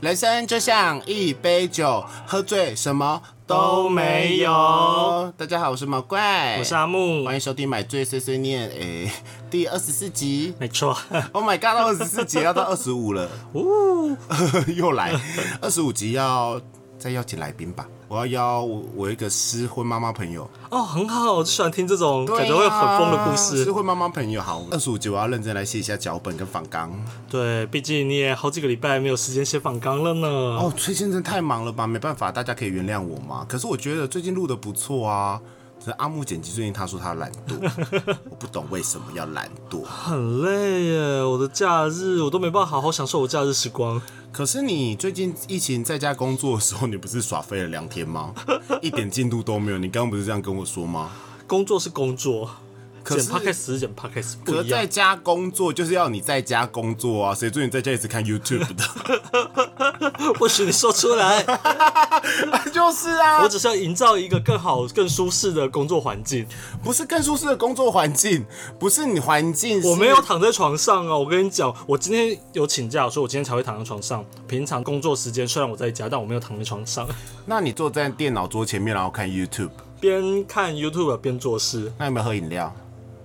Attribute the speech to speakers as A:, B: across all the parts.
A: 人生就像一杯酒，喝醉什么都
B: 都
A: 没
B: 没
A: 有
B: 有。
A: 大家好，我是毛怪，
B: 我是阿木
A: 哎欢，迎收听《买醉碎碎念》诶、第二十四集。
B: 没错。
A: Oh my god，到二十四集要到二十五了，
B: 呜，
A: 又来二十五集要再邀请来宾吧。我要邀我我一个失婚妈妈朋友，
B: 哦，很好，我就喜欢听这种
A: 对
B: 感觉会很疯的故
A: 啊失
B: 事。
A: 婚妈妈朋友好，二十五集我要认真来写一下脚本跟访纲。
B: 对，毕竟你也好几个礼拜没有时间写访纲了呢。
A: 哦，最近真的太忙了吧？没办法，大家可以原谅我嘛。可是我觉得最近录的不错啊。只是阿木剪辑最近他说他懒 惰，我不懂为什么要懒惰。
B: 哦很累耶，我的假日我都没办法好好享受我假日时光。
A: 可是你最近疫情在家工作的时候，你不是耍废了两天 吗？一点进度都没有。你刚刚不是这样跟我说吗？
B: 工作是工作，
A: 可
B: 剪
A: 是
B: podcast 是剪 podcast 不
A: 可
B: 一
A: 是在
B: 样。
A: 家工作就是要你在家工作啊，谁准你在家一直看 YouTube 的？
B: 不许你说 出来，
A: 就是啊
B: 我，只是要营造一个更好、更舒适的工作环境。
A: 不是更舒适的工作环境，不是你环境，
B: 我没有躺在床上啊！我跟你讲，我今天有请假，所以我今天才会躺在床上。平常工作时间虽然我在家，但我没有躺在床上，
A: 那你坐在电脑桌前面，然后看 YouTube，
B: 边看 YouTube 边做事。
A: 那有没有喝饮料？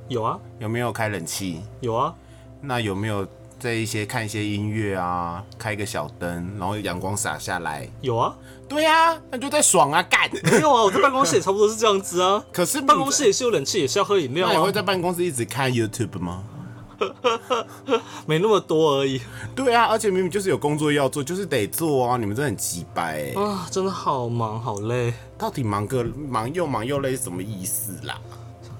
B: 有啊，
A: 有没有开冷气？
B: 有啊，
A: 那有没有在一些看一些音乐啊，开一个小灯，然后阳光洒下来？
B: 有啊，
A: 对啊，那就在爽啊，干！
B: 没有啊！我在办公室也差不多是这样子啊。
A: 可是
B: 办公室也是有冷气，也是要喝饮料
A: 那你会
B: 啊，
A: 在办公室一直看 YouTube 吗？
B: 没那么多而已
A: 对啊，而且明明就是有工作要做，就是得做啊！你们真的很鸡掰哎、
B: 啊！真的好忙好累，
A: 到底忙个忙又忙又累是什么意思啦？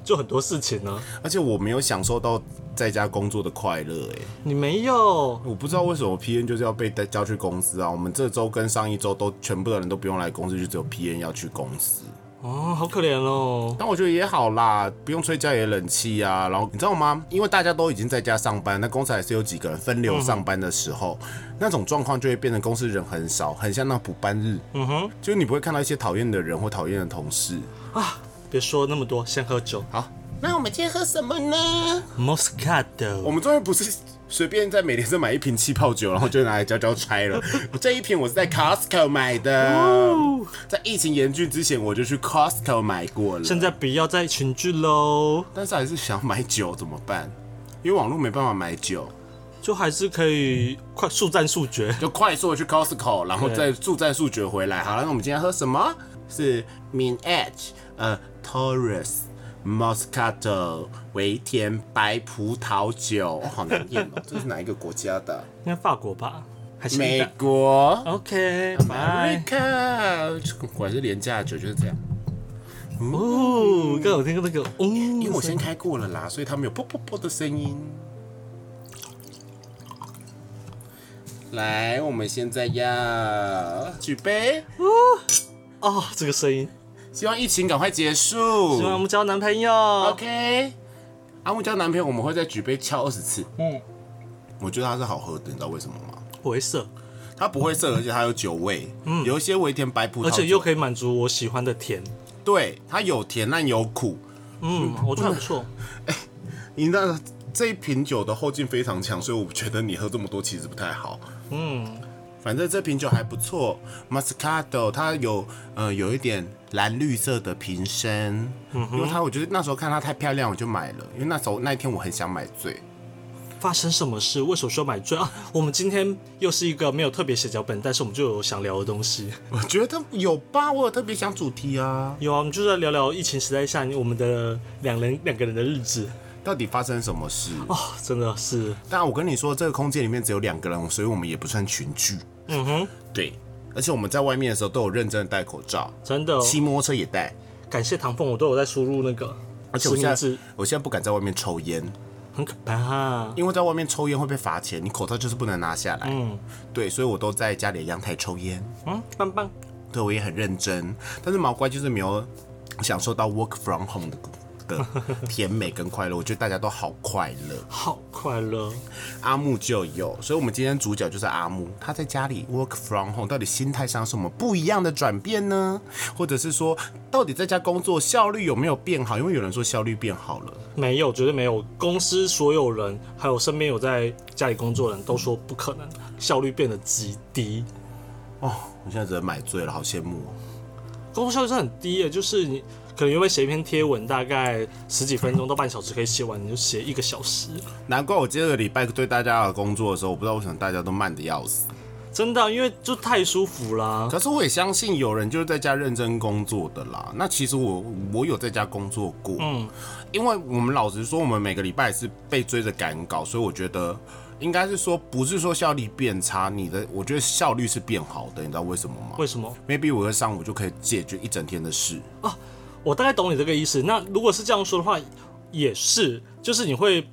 B: 就很多事情呢、啊。
A: 而且我没有享受到在家工作的快乐哎、
B: 你没有，
A: 我不知道为什么 PN 就是要被带叫去公司啊！我们这周跟上一周都全部的人都不用来公司，就只有 PN 要去公司。
B: 哦，好可怜哦。
A: 但我觉得也好啦，不用吹家里的冷气啊。然后你知道吗？因为大家都已经在家上班，那公司还是有几个人分流上班的时候，那种状况就会变成公司人很少，很像那补班日。嗯哼，就是你不会看到一些讨厌的人或讨厌的同事。
B: 别说那么多，先喝酒。
A: 好，那我们今天喝什么呢？我
B: Moscato，
A: 们终于不是随便在美联社买一瓶气泡酒，然后就拿来交交差 了。我这一瓶我是在 Costco 买的，在疫情严峻之前我就去 Costco 买过了。
B: 现在不要再群聚喽。
A: 但是还是想买酒怎么办？因为网络没办法买酒，
B: 就还是可以快速战速决。
A: 就快速的去 Costco，然后
B: 对
A: 再速战速决回来。好了，那我们今天喝什么？是 Min Edge，呃，Taurus。Moscato 维甜白葡萄酒，哦好难念哦！这是哪一个国家的？
B: 应该法国吧，还是意
A: 美
B: 大
A: 国。
B: ？OK，拜。
A: America，这个果然是廉价的酒就是这样。
B: 哦，刚有听过那个，哦，
A: 因为我先开过了啦，所以它没有啵啵啵的声音。来，我们现在要举杯，
B: 哦，这个声音，
A: 希望疫情赶快结
B: 希望我
A: 束。
B: 们交男朋友。
A: 嗯 OK，阿木交男朋友，我们会再举杯敲二十次。
B: 嗯，
A: 我觉得它是好喝的，你知道为什么吗？
B: 回色，
A: 它不会涩，而且它有酒味，嗯，有一些微甜白葡萄酒，
B: 而且又可以满足我喜欢的甜。
A: 对它有甜但有苦。
B: 嗯，我觉得很不错。
A: 你那这一瓶酒的后劲非常强，所以我觉得你喝这么多其实不太好。
B: 嗯，
A: 反正这瓶酒还不错，Moscato 它有呃有一点蓝绿色的瓶身，因为它我觉得那时候看它太漂亮，我就买了，因为那时候那一天我很想买醉，
B: 发生什么事？为什么需要买醉啊？我们今天又是一个没有特别写脚本，但是我们就有想聊的东西。
A: 我觉得有吧，我有特别想主题啊，
B: 有啊，我们就在聊聊疫情时代下我们的两人两个人的日子。
A: 到底发生什么事？
B: 哦，真的是，
A: 但我跟你说，这个空间里面只有两个人，所以我们也不算群聚，
B: 嗯哼，
A: 对，而且我们在外面的时候都有认真的戴口罩，
B: 真的哦。
A: 骑摩托车也戴，
B: 感谢唐凤，我都有在输入那个
A: 而且
B: 实
A: 我
B: 名
A: 现在
B: 制，
A: 我现在不敢在外面抽烟，
B: 很可怕、啊。
A: 因为在外面抽烟会被罚钱，你口罩就是不能拿下来。嗯，对，所以我都在家里的阳台抽烟。
B: 嗯，棒棒，
A: 对，我也很认真，但是毛乖就是没有享受到 work from home 的的甜美跟快乐。我觉得大家都好快乐，
B: 好快乐。
A: 阿木就有，所以我们今天主角就是阿木，他在家里 work from home，到底心态上有什么不一样的转变呢？或者是说，到底在家工作效率有没有变好？因为有人说效率变好了。
B: 没有，绝对没有。公司所有人，还有身边有在家里工作的人都说不可能，效率变得极低。
A: 哦，我现在只能买醉了，好羡慕、哦。
B: 工作效率是很低的，就是你可能原本写一篇贴文，大概十几分钟到半小时可以写完，你就写一个小时，
A: 难怪我这个礼拜对大家的工作的时候，我不知道为什么大家都慢的要死。
B: 真的，因为就太舒服啊啦。
A: 可是我也相信有人就是在家认真工作的啦。那其实我我有在家工作过，嗯，因为我们老实说，我们每个礼拜是被追着赶稿，所以我觉得应该是说不是说效率变差，你的我觉得效率是变好的，你知道为什么吗
B: 为什么？
A: ？maybe 我的上午就可以解决一整天的事。
B: 我大概懂你这个意思。那如果是这样说的话，也是，就是你会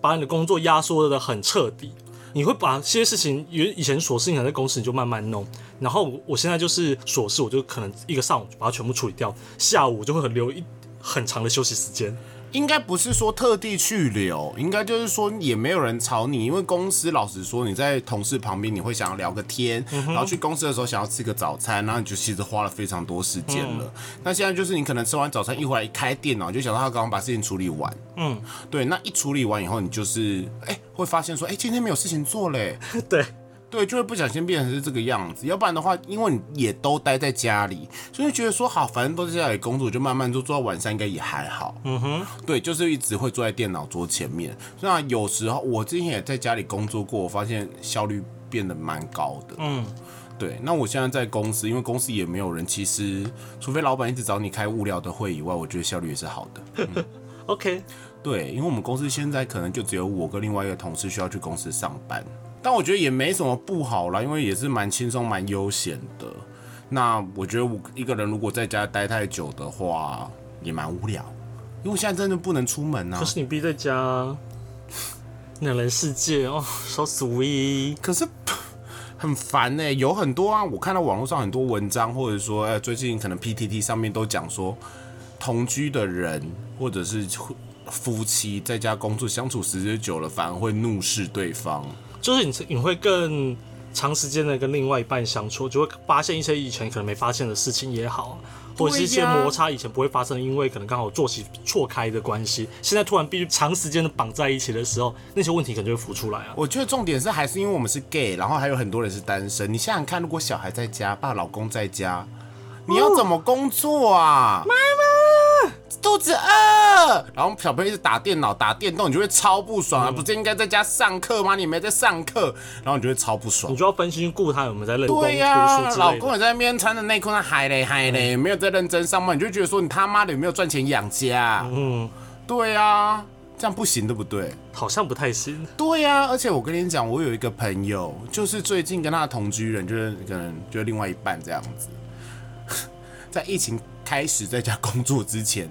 B: 把你的工作压缩的很彻底，你会把些事情原以前琐事你还在公司你就慢慢弄，然后我我现在就是琐事，我就可能一个上午把它全部处理掉，下午我就会很留一很长的休息时间。
A: 应该不是说特地去留，应该就是说也没有人吵你，因为公司老实说，你在同事旁边你会想要聊个天，然后去公司的时候想要吃个早餐，然后你就其实花了非常多时间了。那现在就是你可能吃完早餐一回来一开电脑，你就想到他刚刚把事情处理完，嗯，对，那一处理完以后，你就是哎、会发现说，哎、今天没有事情做嘞，
B: 对，
A: 对，就会不小心变成是这个样子。要不然的话，因为你也都待在家里，所以觉得说好，反正都在家里工作，就慢慢做，做到晚上应该也还好。嗯哼，对，就是一直会坐在电脑桌前面。那有时候我之前也在家里工作过，我发现效率变得蛮高的。嗯。对，那我现在在公司，因为公司也没有人，其实除非老板一直找你开物料的会以外，我觉得效率也是好的。
B: OK，
A: 对，因为我们公司现在可能就只有我跟另外一个同事需要去公司上班，但我觉得也没什么不好啦，因为也是蛮轻松、蛮悠闲的。那我觉得我一个人如果在家待太久的话，也蛮无聊，因为我现在真的不能出门啊
B: 可。是你必须在家啊，两人世界哦，so sweet。
A: 可是很烦呢、有很多啊，我看到网络上很多文章，或者说，呃，最近可能 PTT 上面都讲说，同居的人或者是夫妻在家工作相处时间久了，反而会怒视对方。
B: 就是你你会更长时间的跟另外一半相处，就会发现一些以前可能没发现的事情也好，或者是一些摩擦以前不会发生，因为可能刚好作息错开的关系，现在突然必须长时间的绑在一起的时候，那些问题可能就会浮出来啊。
A: 我觉得重点是还是因为我们是 gay，然后还有很多人是单身。你想想看，如果小孩在家，爸老公在家，你要怎么工作啊？妈妈，肚子饿。然后小朋友一直打电脑、打电动，你就会超不爽啊！不是应该在家上课吗？你没在上课，然后你就会超不爽
B: 嗯你。就要分心顾他有没有在认真读书之
A: 对
B: 类
A: 呀、
B: 的。嗯
A: 老公也在那边穿着内裤，那嗨嘞嗨嘞，没有在认真上班，你就觉得说你他妈的有没有赚钱养家？嗯，对呀、这样不行，对不对？
B: 好像不太行，
A: 对呀、而且我跟你讲，我有一个朋友，就是最近跟他的同居人，就是可能就是另外一半这样子， 在疫情开始在家工作之前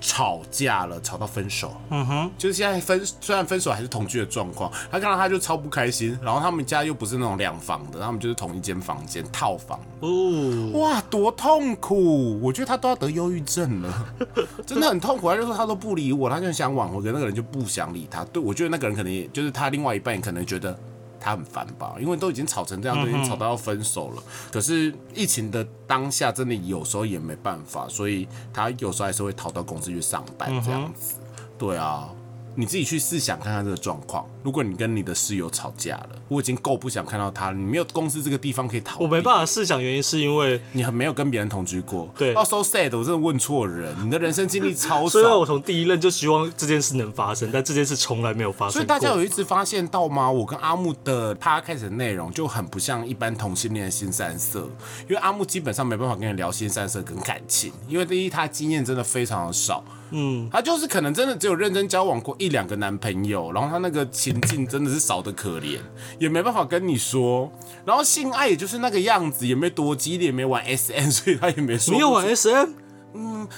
A: 吵架了，吵到分手。嗯哼，就是现在分虽然分手还是同居的状况，他看到他就超不开心，然后他们家又不是那种两房的，他们就是同一间房间套房。
B: 哦，
A: 哇，多痛苦！我觉得他都要得忧郁症了， 真的很痛苦。他就说他都不理我，他就很想挽回，可那个人就不想理他。对我觉得那个人可能也就是他另外一半，也可能觉得他很烦吧，因为都已经吵成这样，都已经吵到要分手
B: 嗯
A: 了。可是疫情的当下，真的有时候也没办法，所以他有时候还是会逃到公司去上班这样子。
B: 嗯
A: 对啊。你自己去试想看看这个状况。如果你跟你的室友吵架了，我已经够不想看到他了。你没有公司这个地方可以逃避，
B: 我没办法试想原因是 因为，
A: 你很没有跟别人同居过，
B: 对
A: 哦、s o sad，我真的问错人，你的人生经历超
B: 虽然我
A: 少，
B: 从第一任就希望这件事能发生，但这件事从来没有发生过。
A: 所以大家有一直发现到吗？我跟阿木的 podcast 的内容就很不像一般同性恋的新三色，因为阿木基本上没办法跟你聊新三色跟感情，因为第一他经验真的非常的少，嗯，他就是可能真的只有认真交往过一两个男朋友，然后他那个情境真的是少的可怜，也没办法跟你说，然后性爱也就是那个样子，也没多激烈，也没玩 SM，所以他也没说
B: 你有
A: 不出
B: 玩 SM，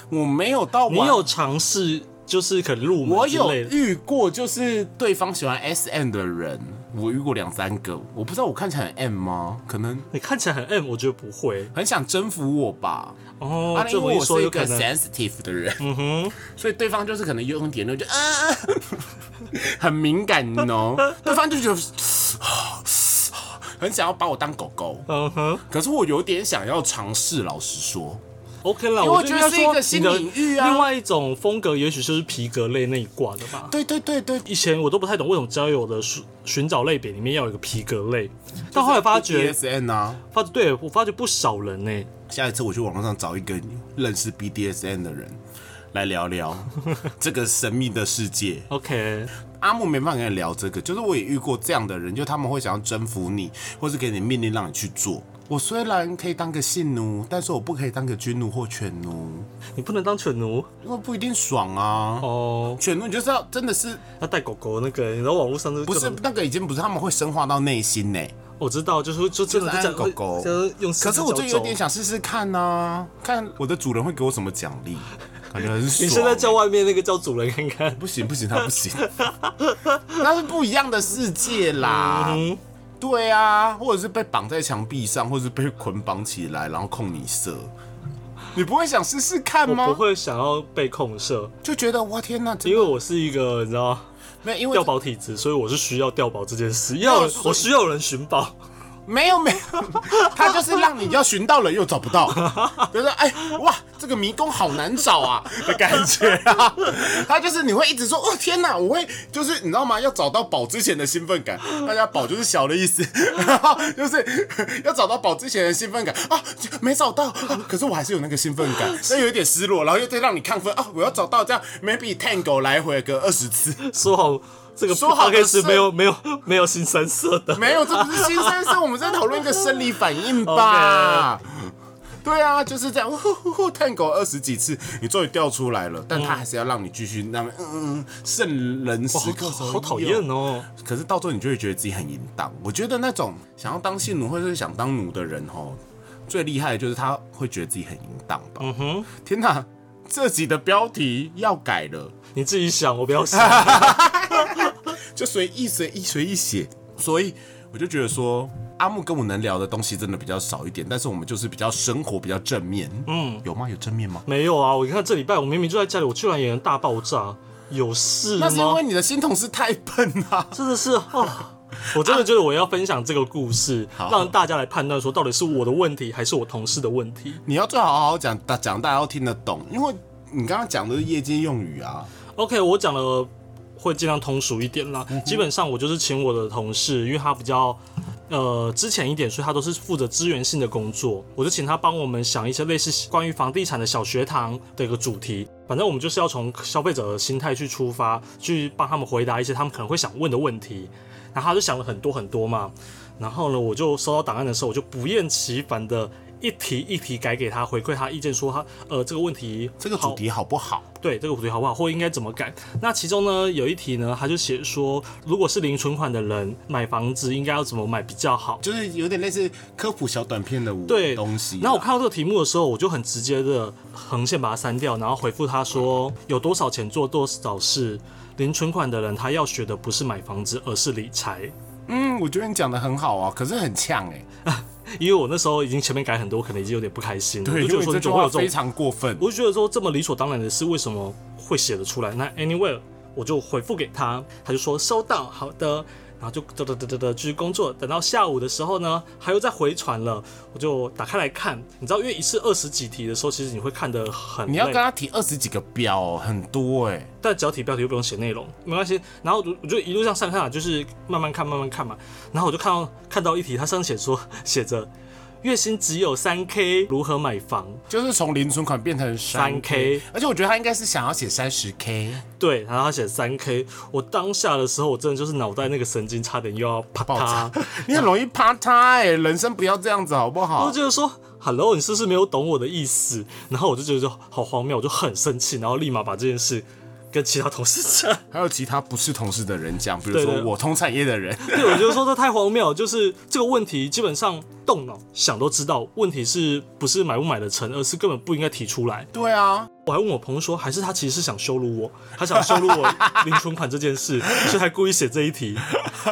A: 我没有到
B: 你
A: 玩，
B: 有尝试就是可能入
A: 我
B: 门之
A: 有
B: 类的。
A: 遇过，就是对方喜欢 S M 的人，我遇过两三个，我不知道我看起来很 M 吗？可能
B: 你看起来很 M，我觉得不会
A: 很想征服我吧。
B: 哦
A: 啊，
B: 这
A: 因
B: 么
A: 为我
B: 说
A: 是一
B: 有可
A: 个
B: 能。
A: sensitive 的人，嗯哼，所以对方就是可能用一点那种就啊， 很敏感哦，对方就觉得。 很想要把我当狗狗，
B: 嗯哼，
A: 可是我有点想要尝试。老实说，
B: OK 啦，
A: 因为
B: 我
A: 我
B: 就
A: 觉
B: 应
A: 得
B: 该
A: 是一
B: 说
A: 个新
B: 你的
A: 领域啊
B: 另外一种风格，也许就是皮革类那一挂的吧。
A: 对对对对，
B: 以前我都不太懂为什么交友的寻寻找类别里面要有一个皮革类，但后来发觉，
A: BDSN 啊，
B: 发觉对我发觉不少人呢、
A: 下一次我去网络上找一个认识 BDSN 的人来聊 聊这个神秘的世界。
B: OK，
A: 阿木没办法跟你聊这个，就是我也遇过这样的人，就他们会想要征服你，或是给你命令让你去做。我虽然可以当个性奴，但是我不可以当个军奴或犬奴，
B: 你不能当犬奴
A: 因为不一定爽啊。
B: 哦，
A: 犬奴你就是要真的是
B: 要带狗狗那个，你知道网络上都
A: 不
B: 各
A: 是
B: 种
A: 那个已经不是他们会深化到内心呢、
B: 我知道，就是就真的
A: 就是
B: 这样
A: 按狗狗
B: 就是用四
A: 可
B: 只
A: 是
B: 脚
A: 我就有
B: 走
A: 点想试试看呐、看我的主人会给我什么奖励，感觉很爽。
B: 你现在叫外面那个叫主人看看。
A: 不行不行，他不行， 那是不一样的世界啦。
B: 嗯
A: 对啊，或者是被绑在墙壁上，或者是被捆绑起来，然后控你射，你不会想试试看
B: 我不
A: 吗？
B: 会想要被控射，
A: 就觉得哇天哪，真
B: 因
A: 的
B: 为我是一个你知道
A: 没有，因为
B: 掉保体质，所以我是需要掉保这件事，要有
A: 所以
B: 我需要有人寻宝。
A: 没有没有，他就是让你要寻到了又找不 到，比如说哎哇，这个迷宫好难找啊的感觉啊， 他就是你会一直说哦天哪，我会就是你知道吗？要找到宝之前的兴奋感，大家宝就是小的意 思，然后就是要找到宝之前的兴奋感啊，没找到、啊，可是我还是有那个兴奋感，那有一点失落，然后又再让你亢奋啊，我要找到这样，maybe tango 来回个二十次，
B: 说好这个
A: 说好的
B: podcast
A: 是
B: 没有没有没有新三色的，
A: 没有，这不是新生生，我们在讨论一个生理反应吧。对啊，就是这样，呼呼呼，探狗二十几次，你终于掉出来了，但他还是要让你继续那么，嗯嗯，嗯圣人时
B: 好
A: 刻
B: 讨好讨厌
A: 哦。
B: 哦。
A: 可是到最后你就会觉得自己很淫荡。我觉得那种想要当性奴或者是想当奴的人哦，最厉害的就是他会觉得自己很淫荡吧。嗯哼，天哪，这集的标题要改了。
B: 你自己想，我不要想。
A: 就随意随意随意写，所以我就觉得说，阿木跟我能聊的东西真的比较少一点，但是我们就是比较生活，比较正面。嗯，有吗？有正面吗？
B: 没有啊，我看这礼拜我明明就在家里，我居然也能大爆炸，有事
A: 那是因
B: 吗
A: 为？你的新同事太笨啦、
B: 真的是啊。我真的觉得我要分享这个故事，
A: 好
B: 让大家来判断说到底是我的问题还是我同事的问题。
A: 你要最好好好讲，大讲大家要听得懂，因为你刚刚讲的是业界用语啊。
B: OK，我讲的会尽量通俗一点啦。
A: 嗯
B: 基本上我就是请我的同事，因为他比较呃之前一点，所以他都是负责资源性的工作。我就请他帮我们想一些类似关于房地产的小学堂的一个主题。反正我们就是要从消费者的心态去出发，去帮他们回答一些他们可能会想问的问题。然后他就想了很多很多嘛。然后呢，我就收到档案的时候，我就不厌其烦的一题一题改给他，回馈他意见，说他呃这个问题
A: 这个
B: 好
A: 主题好不好？
B: 对这个主题好不好，或应该怎么改。那其中呢，有一题呢，他就写说，如果是零存款的人买房子，应该要怎么买比较好？
A: 就是有点类似科普小短片的
B: 对
A: 东西啊啦。
B: 然后我看到这个题目的时候，我就很直接的横线把它删掉，然后回复他说，有多少钱做多少事。零存款的人，他要学的不是买房子，而是理财。
A: 嗯，我觉得你讲的很好啊，可是很呛哎、
B: 因为我那时候已经前面改很多，可能已经有点不开心了，我
A: 对，
B: 就觉
A: 因
B: 得
A: 为
B: 说
A: 这
B: 你
A: 句
B: 总会
A: 话
B: 有这种
A: 非常过分。
B: 我就觉得说这么理所当然的事，为什么会写得出来？那 anyway，我就回复给他，他就说收到，好的，然后就得得得得得继续工作。等到下午的时候呢，他又再回传了，我就打开来看，你知道，因为一次二十几题的时候，其实你会看得很累，
A: 你要跟他提二十几个标、哦，很多哎、
B: 但只要题标题又不用写内容，没关系。然后我就我就一路这样上看啊，就是慢慢看，慢慢看嘛。然后我就看到看到一题，它上面写说写着月薪只有三 k，如何买房？
A: 就是从零存款变成三
B: 3K
A: 而且我觉得他应该是想要写三十 K，
B: 对，然后他写三 K，我当下的时候，我真的就是脑袋那个神经差点又要啪
A: 爆
B: 嗒
A: 炸，，你很容易趴他哎、人生不要这样子好不
B: 我
A: 好
B: 就？觉得说，Hello，你是不是没有懂我的意思？然后我就觉得好荒谬，我就很生气，然后立马把这件事跟其他同事讲。
A: 还有其他不是同事的人讲，比如
B: 对
A: 说
B: 对
A: 我同产业的 人，
B: 对，我觉得说这太荒谬，就是这个问题基本上动脑想都知道，问题是不是买不买得成，而是根本不应该提出来。
A: 对啊，
B: 我还问我朋友说，还是他其实是想羞辱我，他想羞辱我零存款这件事，所以才故意写这一 题。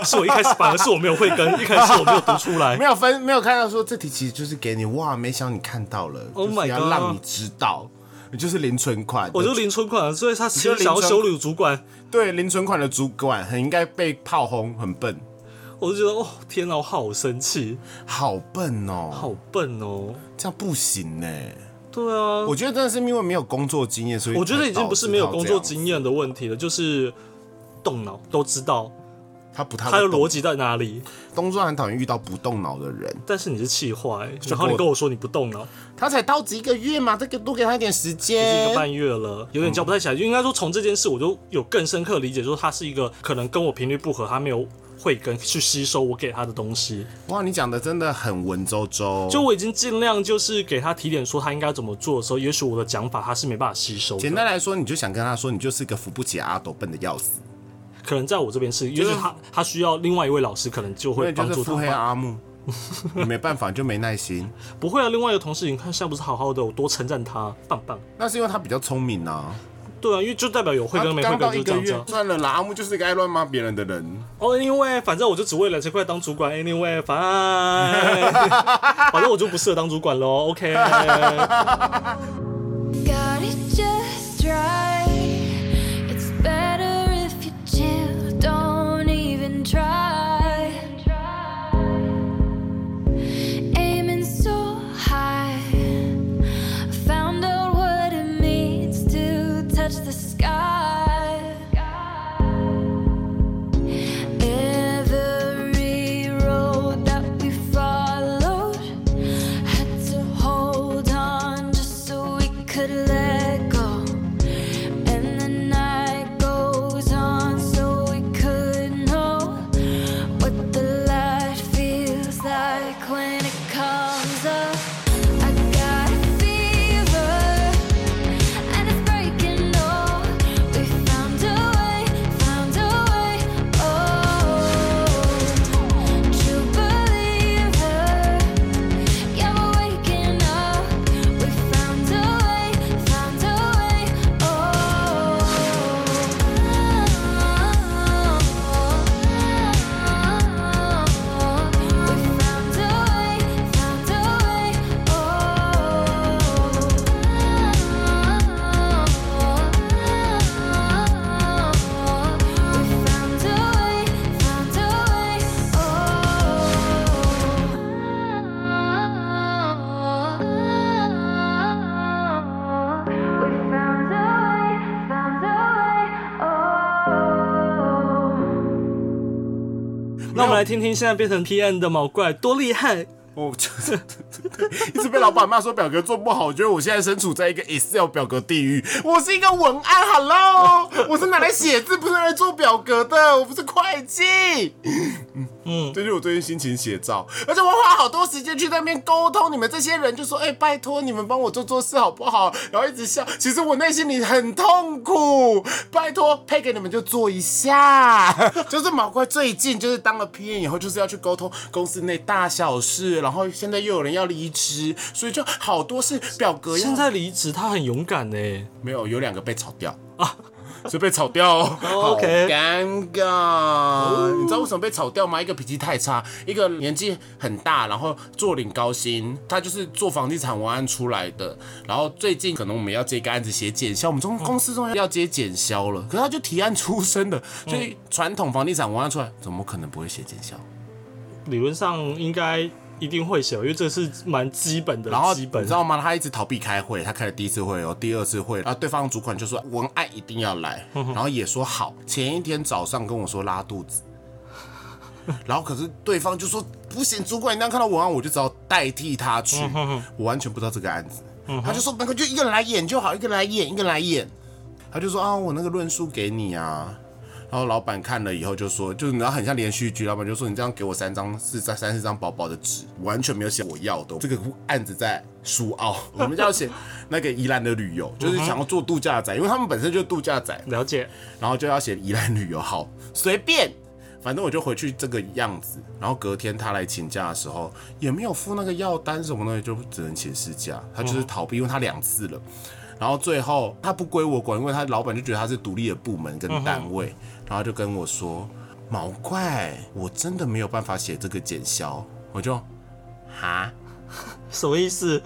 B: 是我一开始反而是我没有慧根，一开始我没有读出来
A: 哎没。有分没有看到说这题其实就是给你哇，没想到你看到了
B: Oh
A: 就是
B: my
A: 要
B: god
A: 让你知道，你就是零存款，
B: 我就零存款，所以他其
A: 就
B: 实
A: 零
B: 想要
A: 存
B: 羞辱主管，
A: 对零存款的主管很应该被炮轰，很笨，
B: 我就觉得哦，天哪，我好生气，
A: 好笨哦、
B: 好笨哦。
A: 这样不行呢、欸
B: 对啊，
A: 我觉得真的是因为没有工作经验，所以
B: 我觉得已经不是没有工作经
A: 验，
B: 验的问题了，就是动脑都知道
A: 他不太
B: 它的逻
A: 辑。
B: 辑在哪里。
A: 东庄很讨厌遇到不动脑的人，
B: 但是你是气坏、然后你跟我说你不动脑，
A: 他才到职一个月嘛，这个多给他一点时
B: 已经一
A: 间
B: 个。半月
A: 嗯
B: 了，有点叫不太起来。就应该说，从这件事我就有更深刻理解，说他是一个可能跟我频率不合，他没有慧根去吸收我给他的东西。
A: 哇，你讲的真的很文绉绉。
B: 就我已经尽量就是给他提点说他应该怎么做的时候，也许我的讲法他是没办法吸收
A: 简
B: 的。
A: 单来说，你就想跟他说，你就是一个扶不起阿斗，笨的要死，
B: 可能在我这边是，也
A: 是
B: 许他他需要另外一位老师，可能就
A: 所
B: 会
A: 以就
B: 帮
A: 是啊
B: 助他
A: 腹黑
B: 吧。
A: 阿木。你没办法，你就没耐 心。
B: 不会啊，另外一个同事，你看现在不是好好的，我多称赞他，棒棒。
A: 那是因为他比较聪明啊。
B: 对啊，因为就代表有慧
A: 他
B: 根没慧
A: 刚
B: 根
A: 到
B: 就
A: 一
B: 这
A: 个
B: 样子啊
A: 月，。算了啦，阿木就是一个爱乱骂别人的人。
B: 哦，因为反正我就只为了这块当主管，anyway，fine，反正我就不适合当主管喽，OK。
C: Got it just right. It's better if you chill, don't even try. Aiming so high, I found out what it means to touch the sky. Every road that we followed had to hold on just so we could let go. And the night goes on so we could know what the light feels like when it comes up. I got a fever and it's breaking all. We found a way, found a way. Oh, true believer. Yeah, we're waking up. We found a way, found a way. Oh, we found a way, found a way. Oh, we found a way, found a way. Oh. We found a way, found a way, oh.
B: 那我们来听听现在变成 PM 的毛怪多厉害。
A: 我哦 就是一直被老板骂说表格做不好，我觉得我现在身处在一个 Excel 表格地狱。我是一个文案，Hello，我是拿来写字，不是拿来做表格的，我不是会计。嗯，这就是我最近心情写照，而且我花好多时间去那边沟通，你们这些人就说，哎、拜托你们帮我做做事好不好？然后一直笑，其实我内心里很痛苦，拜托配给你们就做一下。就是毛怪最近就是当了 P N 以后，就是要去沟通公司内大小事，然后现在又有人要离职，所以就好多是表格要
B: 现在离职，他很勇敢呢。
A: 没有，有两个被炒掉啊，是被炒掉、 哦，好
B: OK
A: 尴尬。你知道为什么被炒掉吗？一个脾气太差，一个年纪很大，然后坐领高薪，他就是做房地产文案出来的。然后最近可能我们要接一个案子写检销，我们中公司中要接检销了，可是他就提案出身的，所以传统房地产文案出来，怎么可能不会写检销？
B: 理论上应该一定会写，因为这是蛮基本的
A: 然后
B: 基
A: 你
B: 本
A: 知。道吗？他一直逃避开会，他开了第一次会哦，第二次会，然后对方主管就说文案一定要来，
B: 嗯
A: 然后也说好。前一天早上跟我说拉肚子，然后可是对方就说不行，主管一旦看到文案，我就只好代替他去，
B: 嗯
A: 我完全不知道这个案子。他就说那个就一个人来演就好，一个人来演，一个人来演。他就说啊，我那个论述给你啊。然后老板看了以后就说，就是你知道很像连续剧，老板就说你这样给我三张四张三四张薄薄的纸，完全没有写我要的。这个案子在苏澳，我们要写那个宜兰的旅游，就是想要做度假仔，因为他们本身就是度假仔，
B: 了解，
A: 然后就要写宜兰旅游，好随便，反正我就回去这个样子。然后隔天他来请假的时候，也没有付那个药单什么东西，就只能请事假。他就是逃避，因为他两次了。然后最后他不归我管，因为他老板就觉得他是独立的部门跟单位，然后就跟我说：“毛怪，我真的没有办法写这个检销。”我就哈。
B: 什么意思？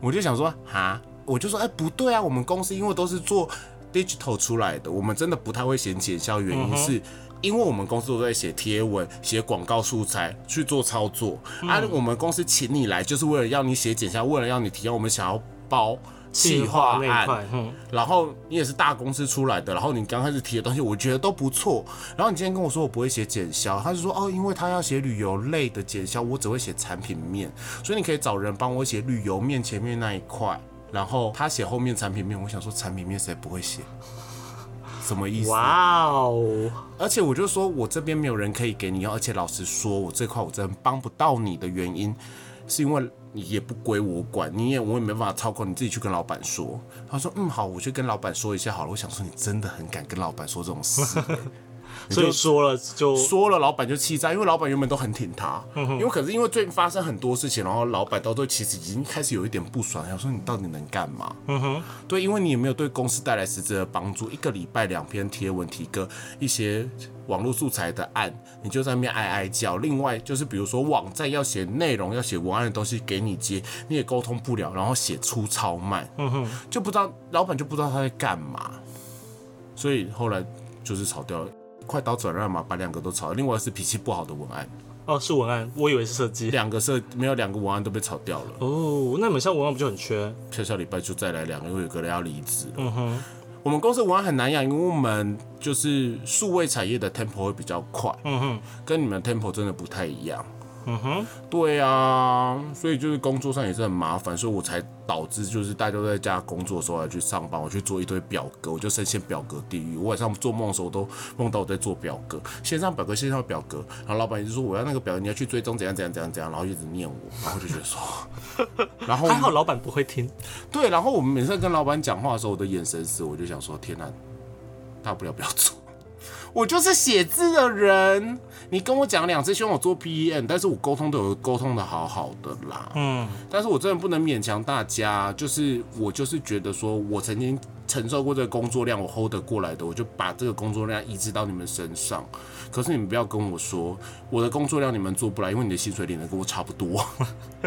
A: 我就想说，哈，我就说，哎、不对啊，我们公司因为都是做 digital 出来的，我们真的不太会写简销，原
B: 嗯
A: 因是。因为我们公司都在写贴文、写广告素材去
B: 嗯
A: 做操作，而啊，我们公司请你来就是为了要你写简销，为了要你提案，我们想要。包。企划
B: 那一
A: 案，
B: 块，嗯，
A: 然后你也是大公司出来的，然后你刚开始提的东西，我觉得都不错。然后你今天跟我说我不会写简销，他就说哦，因为他要写旅游类的简销，我只会写产品面，所以你可以找人帮我写旅游面前面那一块，然后他写后面产品面。我想说产品面谁不会写？什么意思？
B: 哇哦，
A: 而且我就说我这边没有人可以给你要，而且老实说，我这块我真的帮不到你的原因，是因为你也不归我管，你也我也没办法操控，你自己去跟老板说。他说嗯好，我去跟老板说一下好了。我想说你真的很敢跟老板说这种事、欸
B: 所以说了就
A: 说了老板就嗯气炸，因为老板原本都很挺他，因为可是因为最近发生很多事情，然后老板到最后其实已经开始有一点不爽，想说你到底能干嘛？嗯哼，对，因为你也没有对公司带来实质的帮助，一个礼拜两篇贴文提个一些网络素材的案，你就在那边哀哀叫。另外就是比如说网站要写内容、要写文案的东西给你接，你也沟通不了，然后写出超慢，嗯哼，就不知道老板就不知道他在干嘛，所以后来就是炒掉了。快刀斩乱麻，把两个都炒了。另外是脾气不好的文案，
B: 哦是文案，我以为是设计。
A: 两个设没有两个文案都被炒掉了。
B: 哦，那你们像文案不就很缺？
A: 下下礼拜就再来两个，因为有个人要离职了。嗯哼，我们公司文案很难养，因为我们就是数位产业的 tempo 会比较快。嗯哼，跟你们 tempo 真的不太一样。嗯哼，对啊，所以就是工作上也是很麻烦，所以我才导致就是大家都在家工作的时候还去上班，我去做一堆表格，我就深陷表格地狱。我晚上做梦的时候都梦到我在做表格，线上表格，线上表格，然后老板一直说我要那个表格，你要去追踪怎样怎样怎样怎样，然后一直念我，然后我就觉得说，然 后
B: 还好老板不会听，
A: 对，然后我们每次跟老板讲话的时候，我的眼神死，我就想说，天哪，大不了不要做。我就是写字的人，你跟我讲两次希望我做 PEM，但是我沟通都有沟通的好好的啦。嗯，但是我真的不能勉强大家，就是我就是觉得说我曾经承受过这个工作量，我 hold 得过来的，我就把这个工作量移植到你们身上。可是你们不要跟我说我的工作量你们做不来，因为你的薪水领的跟我差不多。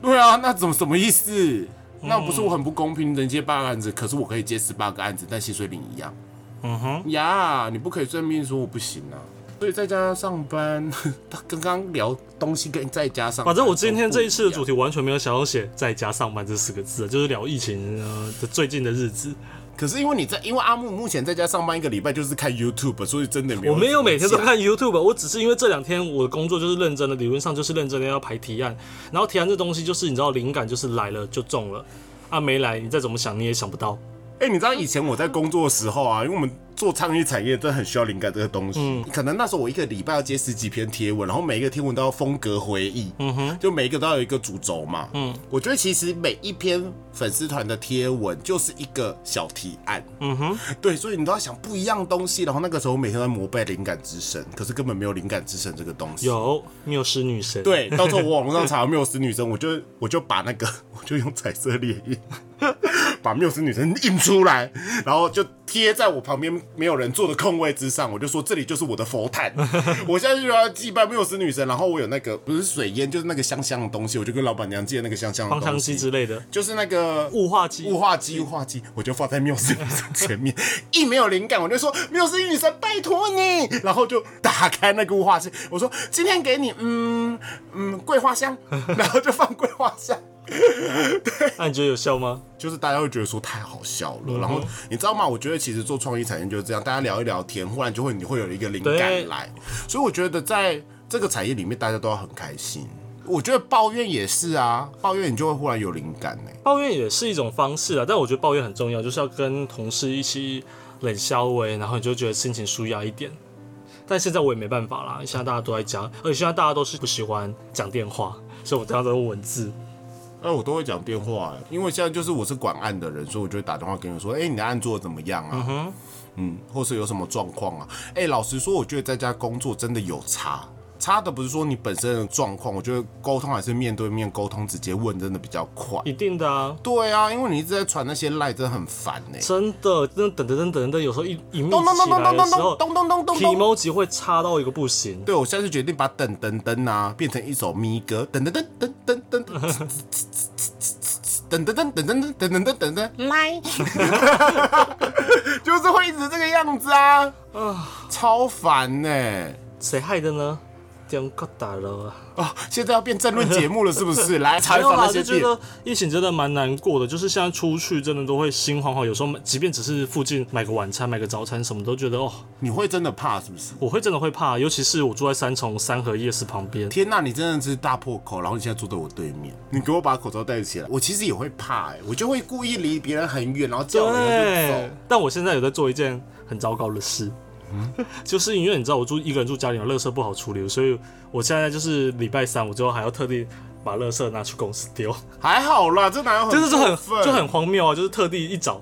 A: 对啊，那怎么什么意思？那不是我很不公平？能接八个案子，可是我可以接十八个案子，但薪水领一样。嗯哼，呀，你不可以正面说我不行啊。所以在家上班， 他刚刚聊东西跟在家上班
B: 反正我今天这一次的
A: 都
B: 主
A: 不
B: 题完全没有想要写在家上班这四个字，啊就是聊疫情呃的最近的日子。
A: 样，可是因为你在，因为阿木目前在家上班一个礼拜就是看 YouTube，所以真的没有。
B: 我没有每天都。看 YouTube，我只是因为这两天我的工作就是认真的，理论上就是认真的要排提案，然后提案这东西就是你知道灵感就是来了就中了，啊没来你再怎么想你也想不到。
A: 哎、你知道以前我在工作的时候啊，因为我们做倡议产业真的很需要灵感这个东西。
B: 嗯
A: 可能那时候我一个礼拜要接十几篇贴文，然后每一个贴文都要风格回忆，嗯哼，就每一个都要有一个主轴嘛。嗯，我觉得其实每一篇粉丝团的贴文就是一个小提案。嗯哼，对，所以你都要想不一样的东西。然后那个时候我每天都在膜拜灵感之神，可是根本没有灵感之神这个东西。
B: 有啊缪斯女神，，
A: 对，到时候我网络上查有缪斯女神，我就我就把那个 我就用彩色猎印， 把缪斯女神印出来，然后就贴在我旁边没有人坐的空位之上，我就说这里就是我的佛 坛，我现在就要祭拜缪斯女神。然后我有那个不是水烟，就是那个香香的东西，我就跟老板娘借那个香香的
B: 芳香
A: 东
B: 机
A: 西，
B: 之类的，
A: 就是那个
B: 雾化机嗯
A: 雾化机、雾化机，我就放在缪斯女神前面， 一没有灵感，我就说缪斯女神，拜托你，然后就打开那个雾化机，我说今天给你，嗯嗯，桂花 香，然后就放桂花香。
B: 那、你觉得有效吗？
A: 就是大家会觉得说太好笑
B: 嗯
A: 了，然后你知道吗？我觉得其实做创意产业就是这样，大家聊一聊天，忽然就会你会有一个灵
B: 对
A: 感来，所以我觉得在这个产业里面，大家都要很开心。我觉得抱怨也是啊，抱怨你就会忽然有灵感欸呢、
B: 抱怨也是一种方式啊，但我觉得抱怨很重要，就是要跟同事一起冷消微，然后你就觉得心情舒压一点。但现在我也没办法啦，现在大家都在家，而且现在大家都是不喜欢讲电话，所以我这样都用文字。
A: 哎，我都会讲电话、哎因为现在就是我是管案的人，所以我就会打电话给你说，哎、你的案做的怎么样啊？嗯或是有什么状况啊？哎、老实说，我觉得在家工作真的有差，差的不是说你本身的状况，我觉得沟通还是面对面沟通，直接问真的比较快。
B: 一定的啊，
A: 对啊，因为你一直在传那些赖，真的很烦呢、欸。
B: 真的，真的等等等等的，有时候一一幕
A: 咚咚
B: 起
A: 咚
B: 来
A: 咚
B: 的
A: 咚
B: 时候
A: 咚咚咚咚咚咚。
B: ，emoji 会差到一个不行。
A: 对，我下次决定把噔噔噔啊变成一首咪歌，噔噔噔噔噔噔噔噔噔噔噔噔噔噔噔噔噔，来，就是会一直这个样子啊，啊，超烦呢。
B: 谁害的呢？点够打了啊！
A: 哦，现在要变政论节目了，是不 是？来采
B: 没有
A: 访
B: 啦，
A: 那
B: 就
A: 些
B: 觉
A: 店。
B: 得疫情真的蛮难过的，就是现在出去真的都会心慌慌，有时候即便只是附近买个晚餐、买个早餐什么，都觉得哦，
A: 你会真的怕是不是？
B: 我会真的会怕，尤其是我住在三重三和夜市旁 边，
A: 天呐，你真的是大破口！然后你现在坐在我对面，你给我把口罩戴起来。我其实也会怕、哎，我就会故意离别人很远，然后叫人就
B: 对
A: 走。，
B: 但我现在有在做一件很糟糕的事，就是因为你知道我住一个人住家里，垃圾不好处理，所以我现在就是礼拜三，我最后还要特地把垃圾拿去公司 丢，
A: 还好啦，这哪有很
B: 就是就
A: 过
B: 很
A: 分
B: 就很荒谬啊！就是特地一早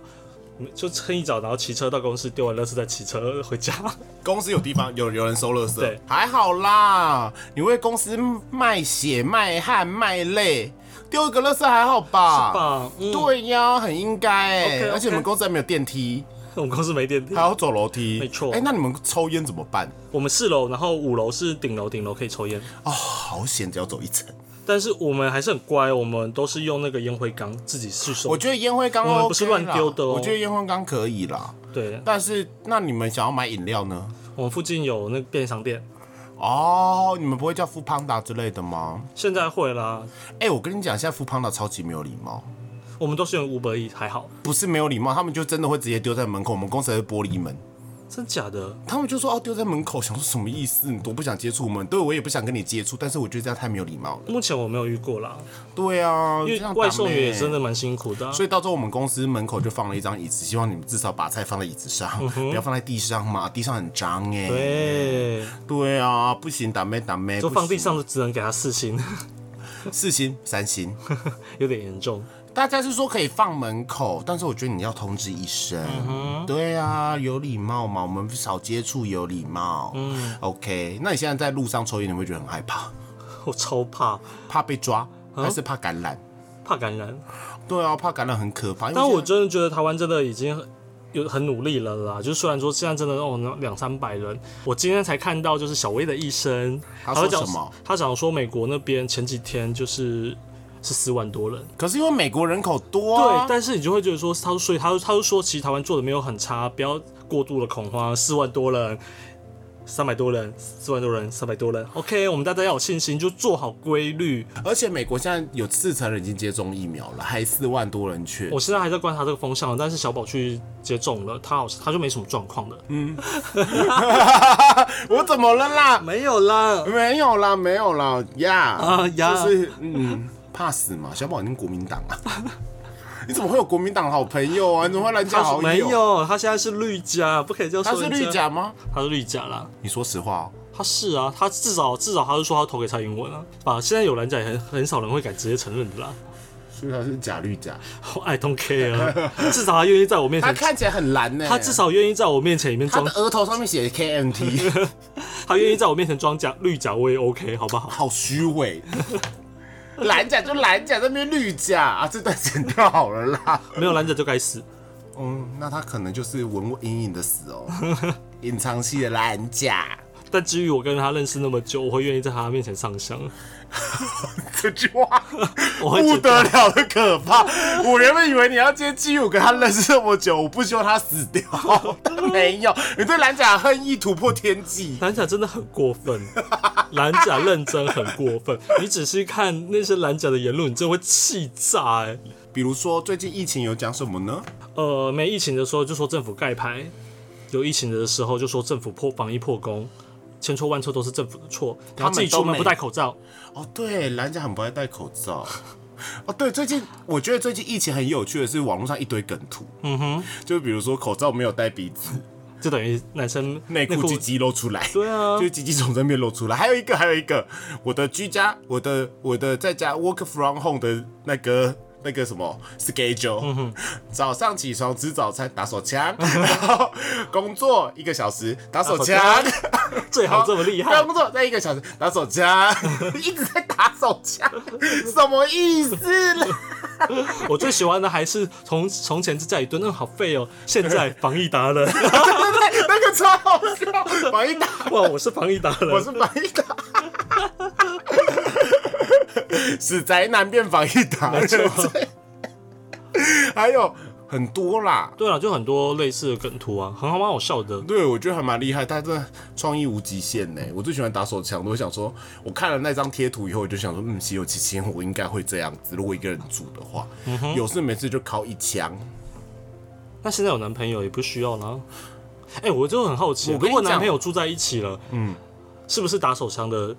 B: 嗯就趁一早，然后骑车到公司丢完垃圾再骑车回家。
A: 公司有地方有有人收垃圾，
B: 对
A: 还好啦。你为公司卖血、卖汗、卖泪，丢一个垃圾还好吧？
B: 吧嗯
A: 对呀，很应该哎、
B: OK，OK
A: 而且你们公司还没有电梯，
B: 我们公司没电梯
A: 还，要走楼梯，
B: 没错
A: 哎、那你们抽烟怎么办？
B: 我们四楼，然后五楼是顶楼，顶楼可以抽烟，
A: 哦，好险，只要走一层。
B: 但是我们还是很乖，我们都是用那个烟灰缸自己去收。
A: 我觉得烟灰缸、OK、
B: 我们不是乱丢的哦
A: 我觉得烟灰缸可以啦。
B: 对，
A: 但是，那你们想要买饮料呢？
B: 我们附近有那个便利商店，
A: 哦，你们不会叫富胖达之类的吗？
B: 现在会啦。
A: 哎、我跟你讲，现在富胖达超级没有礼貌。
B: 我们都是用 Uber E，还好，
A: 不是没有礼貌，他们就真的会直接丢在门口。我们公司还是玻璃门，
B: 真假的？
A: 他们就说哦丢在门口，想说什么意思？你多不想接触我们？对我也不想跟你接触，但是我觉得这样太没有礼貌了。
B: 目前我没有遇过啦，
A: 对啊，
B: 因
A: 这
B: 为
A: 样
B: 外送员也
A: 打妹
B: 真的。蛮辛苦的啊、
A: 所以到时候我们公司门口就放了一张椅子，希望你们至少把菜放在椅子上，不要放在地上嘛，地上很脏哎、
B: 嗯对，
A: 对啊，不行，打妹打妹，
B: 就放地
A: 不行
B: 上就只能给他四星，
A: 四星三星。
B: 有点严重。
A: 大家是说可以放门口，但是我觉得你要通知一声。
B: 嗯
A: 对啊，有礼貌嘛，我们少接触有礼貌。嗯，OK。那你现在在路上抽烟，你会觉得很害怕，
B: 我超怕，
A: 怕被抓，
B: 嗯
A: 还是怕感染？
B: 怕感染。
A: 对啊，怕感染很可怕。因为
B: 但我
A: 现在
B: 真的觉得台湾真的已经很有很努力了啦，就是虽然说现在真的哦那两三百人，我今天才看到就是小薇的一生，
A: 他
B: 会
A: 说
B: 讲
A: 什么？
B: 他讲说美国那边前几天就是是四万多人。
A: 可是因为美国人口多、
B: 对
A: 啊，，
B: 但是你就会觉得说，他说，所以他就他就说，其实台湾做的没有很差，不要过度的恐慌。四万多人，三百多人，四万多人，三百多人，OK，我们大家要有信心，就做好规律。
A: 而且美国现在有四成人已经接种疫苗了，还四万多人确
B: 我现在还在观察这个风向，但是小宝去接种了，他好像他就没什么状况了，
A: 我怎么了啦？
B: 没有啦，
A: 没有啦，没有啦，呀、
B: 啊呀
A: 就是嗯，怕死嘛，小宝你国民党啊， 你怎么会有国民党好朋友啊？你怎么会蓝家
B: 他
A: 好
B: 是
A: 友？
B: 没，有，他现在是绿甲，不可以叫
A: 他是绿
B: 甲，
A: 甲吗？
B: 他是绿甲啦，
A: 你说实话、哦，
B: 他是啊，他至少至少他是说他投给蔡英文啊，啊，现在有蓝甲也很很少人会敢直接承认的啦
A: 所以他是假绿甲，
B: 我，I don't care，啊至少他愿意在我面
A: 他
B: 前，
A: 看起来很蓝呢、
B: 他至少愿意在我面前里面
A: 他
B: 装
A: 的，额头上面写 KMT，
B: 他愿意在我面前装甲绿甲，我也 OK，好不好？
A: 好虚伪。蓝甲就蓝甲，这边绿甲啊，这段剪掉好了啦。
B: 没有蓝甲就该死，
A: 嗯，那他可能就是文文隐隐的死 哦，隐藏系的蓝甲。
B: 但至于我跟他认识那么久，我会愿意在他面前上香，
A: 这句 话
B: 我会
A: 不
B: 觉
A: 得了的可怕。我原本以为你要接基友，跟他认识这么久，我不希望他死 掉，但没有。你对蓝甲恨意突破天际，
B: 蓝甲真的很过分，蓝甲认真很过分。你仔细看那些蓝甲的言论，你真的会气炸哎、
A: 比如说最近疫情有讲什么呢？
B: 呃，没疫情的时候就说政府盖牌，有疫情的时候就说政府破防疫破功，千错万错都是政府的错。然后自己出门不戴口罩，
A: 哦，对，蓝甲很不爱戴口罩。哦，对，最近我觉得最近疫情很有趣的是网络上一堆梗图，嗯哼，就比如说口罩没有戴鼻子，
B: 就等于男生
A: 内裤鸡鸡露出来，
B: 对啊
A: 就是鸡鸡从这边露出来。还有一个，还有一个，我的居家，我的我的在家 work from home 的那个那个什么 schedule，、早
B: 嗯
A: 上起床吃早餐打手枪，然后工作一个小时打手枪，
B: 打手最好这么厉害。
A: 工作再一个小时打手 枪，一直在打手枪，什么意思呢？
B: 我最喜欢的还是从从前是家里蹲，嗯， 好废哦。现在防疫达人，
A: 那个超好笑，防疫打。
B: 哇， 我是防疫达
A: 我
B: 人，
A: 是防疫 达，死宅男变防疫达
B: 没
A: 人
B: 错。
A: 还有很多啦。
B: 对啊，就很多类似的梗图啊，很好蛮好笑的。
A: 对，我觉得还蛮厉害，他真的创意无极限呢。我最喜欢打手枪，我想说，我看了那张贴图以后，我就想说，嗯，岂有其间我应该会这样子。如果一个人住的话，有事没事就敲一枪。
B: 那现在有男朋友也不需要啦。哎、我就很好奇，
A: 我跟
B: 如
A: 你
B: 果男
A: 讲
B: 朋友住在一起了，嗯，是不是打手枪的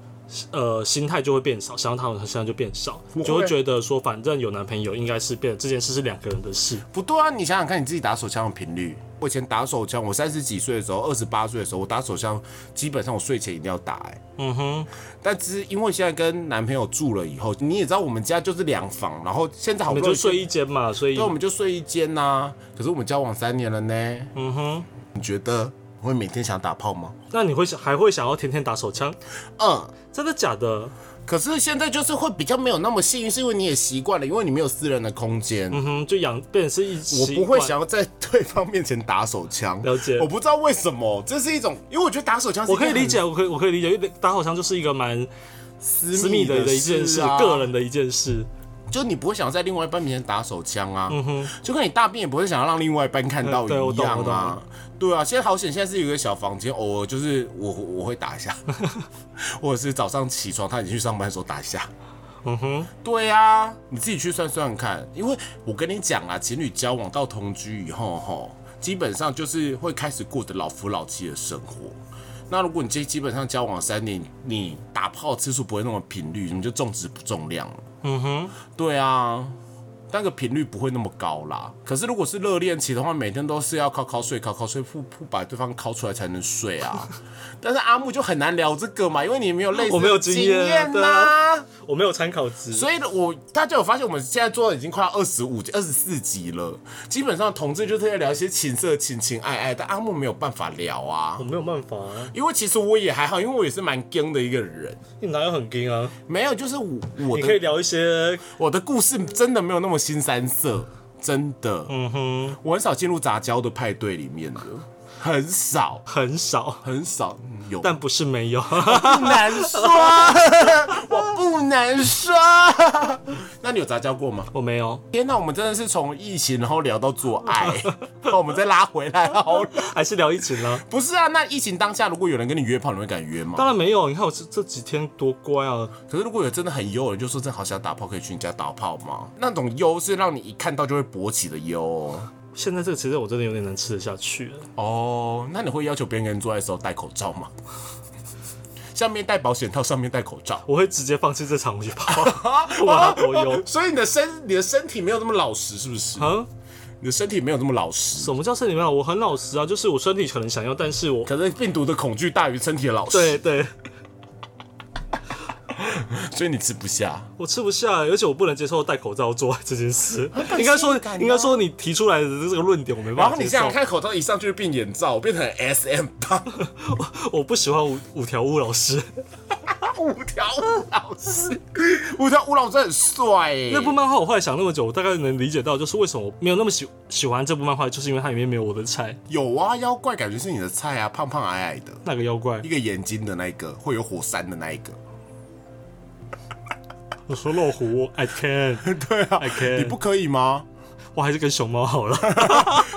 B: 呃心态就会变少，想要他们身上就变少，
A: 不会
B: 就会觉得说反正有男朋友应该是变这件事是两个人的事。
A: 不对啊，你想想看，你自己打手枪的频率。我以前打手枪，我三十几岁的时候，二十八岁的时候，我打手枪，基本上我睡前一定要打、哎，
B: 嗯哼，
A: 但是因为现在跟男朋友住了以后，你也知道我们家就是两房，然后现在好
B: 我
A: 不
B: 们
A: 容易
B: 就睡一间嘛，所以
A: 对，我们就睡一间呐、可是我们交往三年了呢，
B: 嗯哼，
A: 你觉得我会每天想打炮吗？
B: 那你会想还会想要天天打手枪？
A: 嗯，
B: 真的假的？
A: 可是现在就是会比较没有那么幸运，是因为你也习惯了，因为你没有私人的空间。
B: 嗯哼，就养变成是一
A: 我
B: 习
A: 不会
B: 惯
A: 想要在对方面前打手枪，
B: 了解
A: 我不知道为什么，这是一种，因为我觉得打手枪是一
B: 我
A: 件
B: 可以
A: 很
B: 理解，我可以我可以理解，因为打手枪就是一个蛮
A: 私
B: 私密
A: 的
B: 的的一件事，
A: 啊
B: 个人的一件事。
A: 就你不会想在另外一半面前打手枪啊，就跟你大便也不会想要让另外一半看到
B: 嗯对我
A: 一
B: 懂
A: 样
B: 我
A: 啊
B: 懂。
A: 对啊，现在好险，现在是有一个小房间，偶尔就是我我会打一 下，或者是早上起床他已经去上班的时候打一下。
B: 嗯哼，
A: 对啊，你自己去算算看，因为我跟你讲啊，情侣交往到同居以后，吼，基本上就是会开始过着老夫老妻的生活。那如果你这基本上交往三年，你打炮次数不会那么频率，你就重质不重量了。
B: 嗯哼，
A: 对啊，那个频率不会那么高啦。可是如果是热恋期的话，每天都是要靠靠睡、靠靠睡，不不把对方靠出来才能睡 啊。但是阿木就很难聊这个嘛，因为你没有类似
B: 我没有
A: 的经
B: 经验啊对
A: 呐、
B: 啊我没有参考值，
A: 所以呢，我大家有发现，我们现在做到已经快要二十五、二十四集了。基本上同志就是在聊一些情色、情情爱爱，但阿木没有办法聊啊
B: 我。没有办法、啊，
A: 因为其实我也还好，因为我也是蛮僵的一个人，
B: 你哪有很硬啊？
A: 没有，就是我我
B: 你可以
A: 的
B: 聊一些，
A: 我的故事真的没有那么新三色，真的。
B: 嗯哼，
A: 我很少进入杂交的派对里面的，很少，
B: 很少，
A: 很少嗯有，
B: 但不是没有。
A: 不难说， 我不能说。那你有杂交过吗？
B: 我没有，
A: 天哪，我们真的是从疫情然后聊到做爱， 那我们再拉回来好了。
B: 还是聊疫情啦。
A: 不是啊，那疫情当下，如果有人跟你约炮，你会敢约吗？
B: 当然没有，你看我这这几天多乖啊！
A: 可是如果有真的很优人，就说真的好想打炮，可以去你家打炮吗？那种优是让你一看到就会勃起的优哦
B: 现在这个其实我真的有点难吃得下去了。
A: 哦。那你会要求别人跟你做爱的时候戴口罩吗？下面戴保险套，上面戴口罩。。
B: 我会直接放弃这场去 跑，不管它多优
A: 所以你的身你的身体没有那么老实，是不是？
B: 啊，
A: 你的身体没有那么老实，
B: 什么叫身体没有？我很老实啊，就是我身体可能想要，但是我
A: 可能病毒的恐惧大于身体的老实，
B: 对对，
A: 所以你吃不下。
B: 我吃不下，而且我不能接受戴口罩做爱这件事。
A: 感
B: 应该说
A: 性感啊，
B: 应该说你提出来的这个论点我没
A: 然
B: 办
A: 后
B: 法
A: 你
B: 接
A: 想
B: 受
A: 想。看，口罩一上去就变眼罩，变成 S M 棒，
B: 我不喜欢五五条悟老师，
A: 五条悟老师，五条悟老师很帅欸耶、
B: 那部漫画我后来想那么久，我大概能理解到，就是为什么我没有那么喜喜欢这部漫画，就是因为它里面没有我的菜。
A: 有啊，妖怪感觉是你的菜啊，胖胖矮矮的，
B: 那个妖怪
A: 一，个眼睛的那一个，会有火山的那 一个。
B: 我说老虎，I can，
A: 对啊
B: OK
A: 你不可以吗？
B: 我还是跟熊猫好了，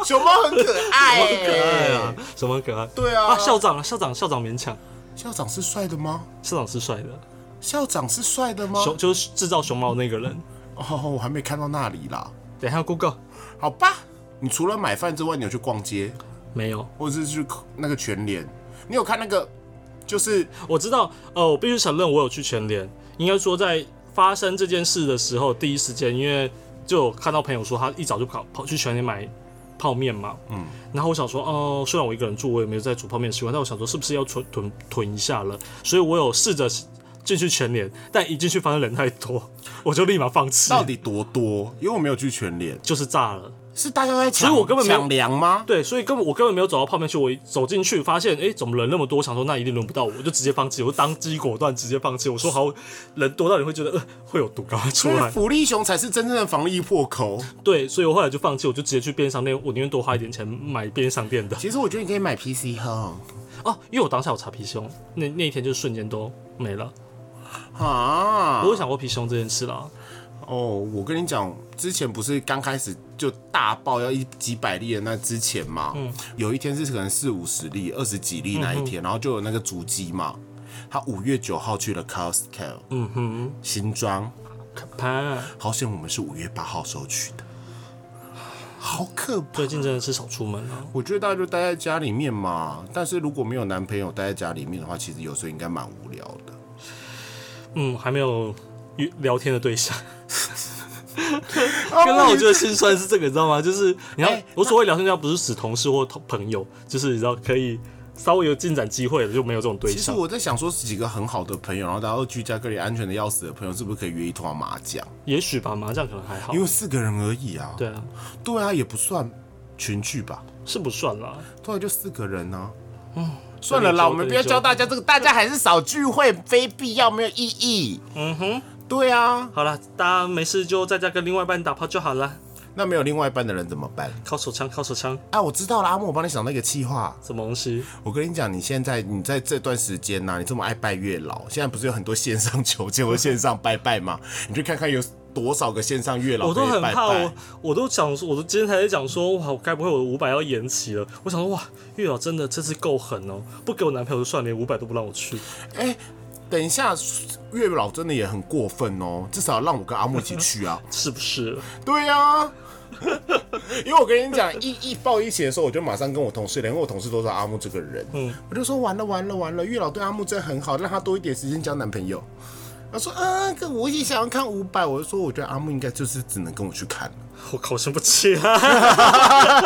A: 熊猫很可爱、
B: 好可爱啊，什么可爱？
A: 对啊
B: 啊，校长，校长，校长勉强，
A: 校长是帅的吗？
B: 校长是帅的，
A: 校长是帅的吗？
B: 熊就是制造熊猫那个人。
A: 哦，我还没看到那里啦。
B: 等一下，Google
A: 好吧，你除了买饭之外，你有去逛街，
B: 没有，
A: 或者是去那个全联？你有看那个？就是
B: 我知道，呃，我必须承认，我有去全联。应该说，在发生这件事的时候，第一时间，因为就有看到朋友说他一早就跑跑去全联买泡面嘛，嗯，然后我想说，哦、虽然我一个人住，我也没有在煮泡面的习惯，但我想说，是不是要囤囤囤一下了？所以我有试着进去全联，但一进去发现人太多，我就立马放弃，
A: 到底多多？因为我没有去全联，
B: 就是炸了。
A: 是大家都在抢，
B: 所以我根本没有
A: 抢粮吗？
B: 对，所以根本我根本没有走到泡面去，我一走进去发现，哎，怎么人那么多？我想说那一定轮不到我，我就直接放弃，我当机果断直接放弃。我说好，人多到你会觉得呃会有毒，赶快出
A: 所以
B: 来。
A: 福利熊才是真正的防疫破口。
B: 对，所以我后来就放弃，我就直接去便利商店，我宁愿多花一点钱买便利商店的。
A: 其实我觉得你可以买 PC Home
B: 哦，因为我当下有查皮胸，那那一天就瞬间都没了。
A: 啊
B: 我有想过皮胸这件事啦，
A: 哦，我跟你讲，之前不是刚开始就大爆要一几百例的那之前嘛，有一天是可能四五十例、二十几例那一天，然后就有那个足迹嘛，他五月九号去了 Costco，嗯哼，新庄，
B: 可怕。
A: 好险我们是五月八号时候去的，好可怕。
B: 最近真的是少出门了、
A: 我觉得大家就待在家里面嘛，但是如果没有男朋友待在家里面的话，其实有时候应该蛮无聊的。
B: 嗯，还没有约聊天的对象。
A: 哦
B: 更
A: 啊
B: 让我觉得心酸是这个，你知道吗？就是你要、
A: 哎
B: 我所谓聊天对象，不是指同事或同朋友，就是你知道可以稍微有进展机会的，就没有这种对
A: 其实
B: 象。
A: 我在想说，几个很好的朋友，然后大家都居家隔离安全的要死的朋友，是不是可以约一通啊麻将？
B: 也许吧，麻将可能还好
A: 因，为四个人而已啊。
B: 对啊，
A: 对啊，也不算群聚吧，
B: 是不算啦。
A: 对啊，就四个人呢、嗯，算了啦，我
B: 对
A: 们不要
B: 对
A: 教大家这个，大家还是少聚会，非必要没有意义。嗯哼，对啊，
B: 好啦，大家没事就在家跟另外一半打炮就好啦。
A: 那没有另外一半的人怎么办？
B: 靠手枪，靠手枪，
A: 啊，我知道了，阿木，我帮你想到一个气话。
B: 什么东西？
A: 我跟你讲，你现在你在这段时间呐、你这么爱拜月老，现在不是有很多线上求签或线上拜拜吗？你去看看有多少个线上月老
B: 我都
A: 可
B: 很
A: 以拜
B: 怕，
A: 拜
B: 我我都想说，我都今天才在讲说，哇，我该不会我的五百要延期了？我想说，哇，月老真的这次够狠哦，不给我男朋友就算，连五百都不让我去。
A: 哎、等一下，月老真的也很过分哦，至少让我跟阿木一起去啊。
B: 是不是？
A: 对啊， 因为我跟你讲，一一报一起的时候，我就马上跟我同事聊，因为我同事都知道阿木这个人，嗯，我就说完了完了完了，月老对阿木真的很好，让他多一点时间交男朋友。他说：“啊，可我也想要看五百。”我就说：“我觉得阿木应该就是只能跟我去看 了。
B: 我高兴不起来，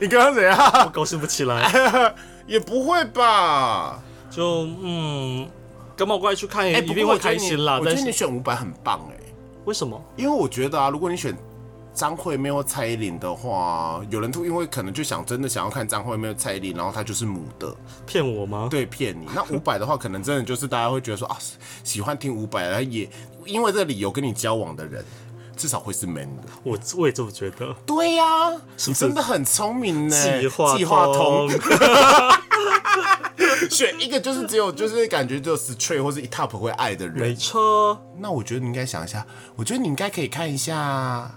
A: 你刚刚怎样？
B: 高兴不起来，
A: 也不会吧？
B: 就嗯，跟毛怪去看也
A: 哎、
B: 一
A: 不
B: 定
A: 过我
B: 会
A: 觉得
B: 开
A: 你
B: 心啦。
A: 我觉
B: 但
A: 得你
B: 是
A: 选五百很棒哎、
B: 为什么？
A: 因为我觉得啊，如果你选张惠妹或蔡依林的话，有人突因为可能就想真的想要看张惠妹、蔡依林，然后她就是母的，
B: 骗我吗？
A: 对，骗 你。那五百的话，可能真的就是大家会觉得说啊，喜欢听五百，然后也因为这个理由跟你交往的人，至少会是 man 的。
B: 我我也这么觉得。
A: 对呀、
B: 不是
A: 你真的很聪明呢、
B: 计划
A: 哎计划
B: 通
A: 通， 选一个就是只有就是感觉只有 straight 或是一 top 会爱的人
B: 没。错，
A: 那我觉得你应该想一下，我觉得你应该可以看一下。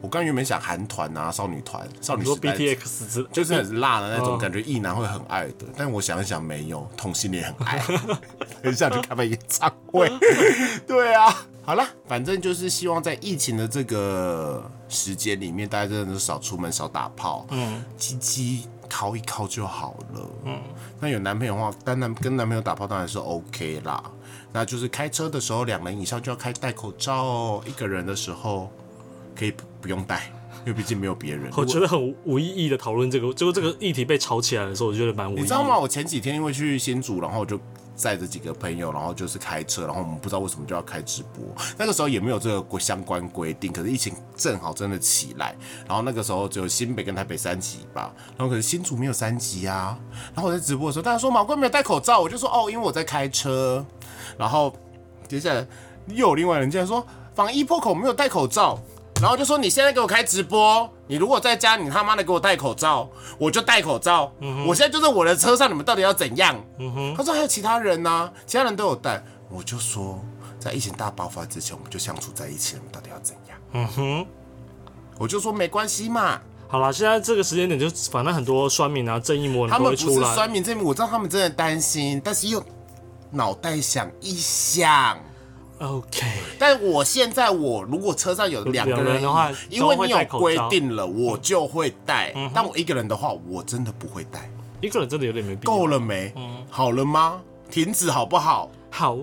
A: 我刚原本想韩团啊，少女团、少
B: 你
A: 女
B: 说
A: 时代，
B: BTX 之
A: 就是很辣的那种
B: 嗯
A: 感觉，异男会很爱的。但我想一想，没有同性恋很爱， 很想去看他演唱会。 对啊，好啦，反正就是希望在疫情的这个时间里面，大家真的是少出门、少打炮，嗯，鸡鸡敲一敲就好了。嗯，那有男朋友的话，当然跟男朋友打炮当然是 OK 啦。那就是开车的时候，两人以上就要开戴口罩哦。一个人的时候可以不不用戴，因为毕竟没有别人。
B: 我觉得很无无意义的讨论这个，结果这个议题被炒起来的时候，我觉得蛮无意义。
A: 你知道吗？？我前几天因为去新竹，然后我就载着几个朋友，然后就是开车，然后我们不知道为什么就要开直播。那个时候也没有这个规相关规定，可是疫情正好真的起来，然后那个时候只有新北跟台北三级吧，然后可是新竹没有三级啊。然后我在直播的时候，大家说毛怪没有戴口罩，我就说哦，因为我在开车。然后接下来又有另外人竟然说防疫破口没有戴口罩，然后就说你现在给我开直播，你如果在家你他妈的给我戴口罩，我就戴口罩。
B: 嗯
A: 我现在就在我的车上，你们到底要怎样？他说还有其他人呢、其他人都有戴，我就说在疫情大爆发之前，我们就相处在一起，你们到底要怎样？嗯哼，我就说没关系嘛。
B: 好啦，现在这个时间点就反正很多酸民啊、正义魔人
A: 他
B: 都
A: 们
B: 会
A: 不
B: 出
A: 是
B: 来，
A: 酸民这边，我知道他们真的担心，但是又脑袋想一想。
B: OK，
A: 但我现在我如果车上有两个
B: 两个
A: 人
B: 人的话
A: 因为
B: 都会
A: 你
B: 戴
A: 有
B: 口罩
A: 规
B: 嗯
A: 定了，我就会戴。但我一个人的话，我真的不会戴。
B: 一个人真的有点没必要。
A: 够了没？
B: 嗯
A: 好了吗？停止好不好？
B: 好，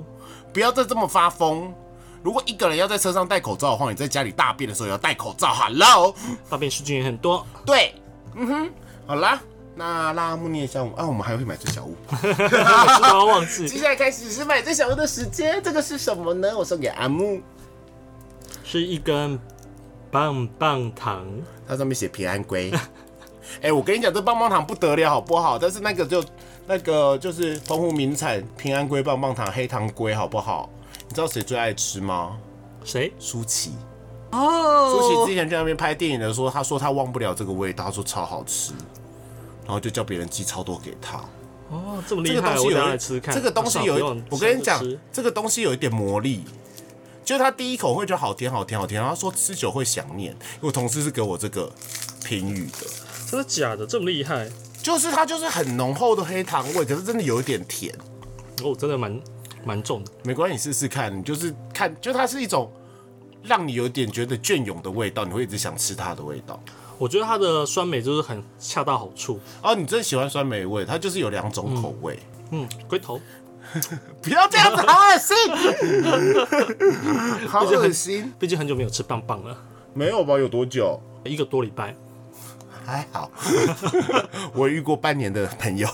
A: 不要再这么发疯。如果一个人要在车上戴口罩的话，你在家里大便的时候也要戴口罩。Hello，
B: 大便细菌也 很多，
A: 对，嗯哼，好啦，那拉木念一下我们啊，我们还会买最 小物。
B: 我知道忘记
A: 接下来开始是买最小物的时间，这个是什么呢？我送给阿木，
B: 是一根棒棒糖，
A: 它上面写平安龟。 哎、我跟你讲，这棒棒糖不得了，好不好？但是那个就那个就是澎湖名产平安龟棒棒糖，黑糖龟，好不好？你知道谁最爱吃吗？
B: 谁？
A: 舒淇。
B: 哦，
A: 舒淇之前去那边拍电影的时候，她说她忘不了这个味道，她说超好吃，然后就叫别人寄超多给她。
B: 哦，这么
A: 这
B: 厉
A: 个
B: 害，
A: 东西
B: 我等
A: 有
B: 下来
A: 一
B: 吃吃看。
A: 这个东西有
B: 少不用
A: 一，我跟你
B: 少
A: 讲
B: 不吃，
A: 这个东西有一点魔力，就是他第一口会觉得好甜好甜好甜，然后说吃久会想念。我同事是给我这个评语的，
B: 真的假的？这么厉害？
A: 就是它就是很浓厚的黑糖味，可是真的有一点甜。
B: 哦，真的蛮蛮重的。
A: 没关系，你试试看，你就是看，就它是一种让你有点觉得隽永的味道，你会一直想吃它的味道。
B: 我觉得它的酸梅就是很恰到好处。
A: 哦，你真喜欢酸梅味，它就是有两种口味。
B: 嗯，龟头，
A: 不要这样子，好恶心， 好恶心。
B: 毕竟很久没有吃棒棒了，
A: 没有吧？有多久？
B: 一个多礼拜。
A: 还 好，我遇过半年的朋友。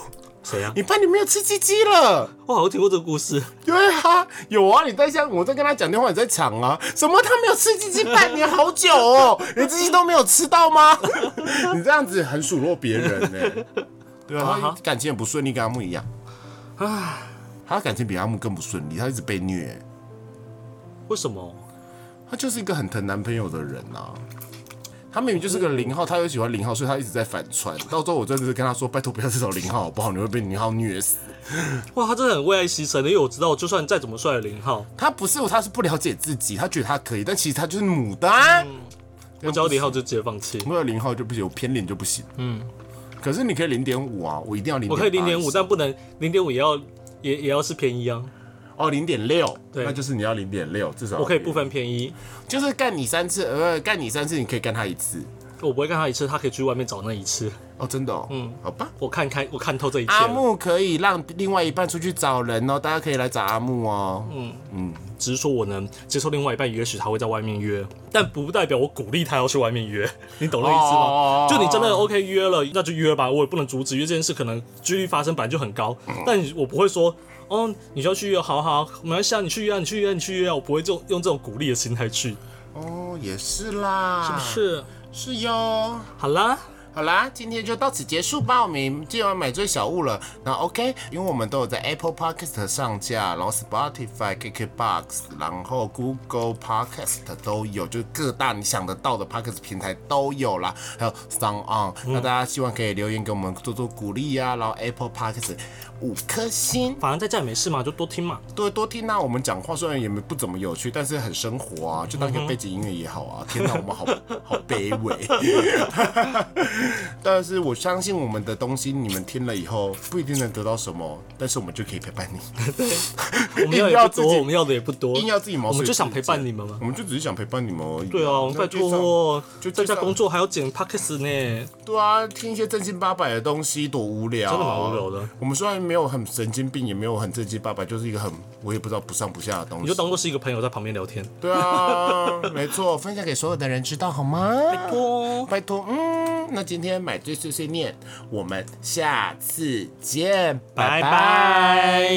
B: 谁 呀、啊
A: 你？半年没有吃鸡鸡了？
B: 我好像听过这个故事。
A: 对啊，有啊，你在像我在跟他讲电话，你在抢啊？什么？他没有吃鸡鸡半年，好久哦，连鸡鸡都没有吃到 吗？你这样子很数落别人呢、对啊，他感情也不顺利，跟阿木一样。唉，他感情比阿木更不顺利，他一直被虐，
B: 为什么？
A: 他就是一个很疼男朋友的人啊。他明明就是个零号，他又喜欢零号，所以他一直在反串。到最后我真的是跟他说：“拜托不要再找零号好不好？你会被零号虐死。”
B: 哇，他真的很为爱牺牲的，因为我知道，就算再怎么帅的零号，
A: 他不是，他是不了解自己，他觉得他可以，但其实他就是母的、啊。
B: 嗯我只要零号就直接放弃。
A: 我有零号就不行，我偏零就不行。嗯，可是你可以零点五啊，我一定要零。
B: 我可以零点五，但不能零点五也要也也要是偏一啊。
A: 哦，零点六，
B: 对
A: 那就是你要零点六，至少
B: 我可以
A: 不
B: 不，分偏一，
A: 就是干你三次，呃，干你三次，你可以干他一次。
B: 我不会干他一次，他可以去外面找那一次。
A: 哦，真的、哦，嗯，好吧。
B: 我看开，我看透这一切
A: 阿
B: 了，
A: 木可以让另外一半出去找人哦，大家可以来找阿木哦。
B: 嗯只是说我能接受另外一半，也许他会在外面约，但不代表我鼓励他要去外面约，你懂那意思
A: 哦
B: 吗？就你真的 OK 约了，那就约吧，我也不能阻止，因为这件事可能几率发生本来就很高，
A: 嗯
B: 但你我不会说。哦，你就要去约，好好，没关系啊，你去约啊，你去约啊，你去约啊，我不会就用这种鼓励的心态去，
A: 哦，也是啦，
B: 是不？是？
A: 啊是哟。
B: 好啦，
A: 好啦，今天就到此结束吧。我们今晚买醉小物了，那 OK，因为我们都有在 Apple Podcast 上架，然后 Spotify、KKBox，然后 Google Podcast 都有，就是各大你想得到的 Podcast 平台都有啦，还有 Sound On、那大家希望可以留言给我们多多鼓励啊，然后 Apple Podcast 五颗星，
B: 反正在家也没事嘛，就多听嘛。
A: 多多听啊。我们讲话虽然也没不怎么有趣，但是很生活
B: 嗯
A: 啊，就当一个背景音乐也好啊。天哪，我们好好卑微。 但是我相信我们的东西，你们听了以后不一定能得到什么，但是我们就可以陪伴你。
B: 我们要
A: 硬
B: 也
A: 要
B: 不
A: 自己
B: 多，我们要的也不多，
A: 硬要自己毛
B: 我
A: 遂
B: 们就想
A: 自
B: 陪
A: 荐
B: 伴你们嘛。
A: 我们就只是想陪伴你们而已、
B: 对啊，
A: 那
B: 拜
A: 就这样。
B: 托，
A: 就
B: 在
A: 介
B: 家
A: 绍
B: 工作还要剪 podcast 呢。
A: 对啊，听一些正经八百的东西多无聊、啊
B: 真的蛮无聊的。
A: 我们虽然没有很神经病，也没有很正经八百，就是一个很我也不知道不上不下的东西。
B: 你就当做是一个朋友在旁边聊天。
A: 对啊，没错，分享给所有的人知道好吗？拜
B: 哦，
A: 拜托，嗯，那今天买醉碎碎念，我们下次见，
B: 拜
A: 拜
B: 拜。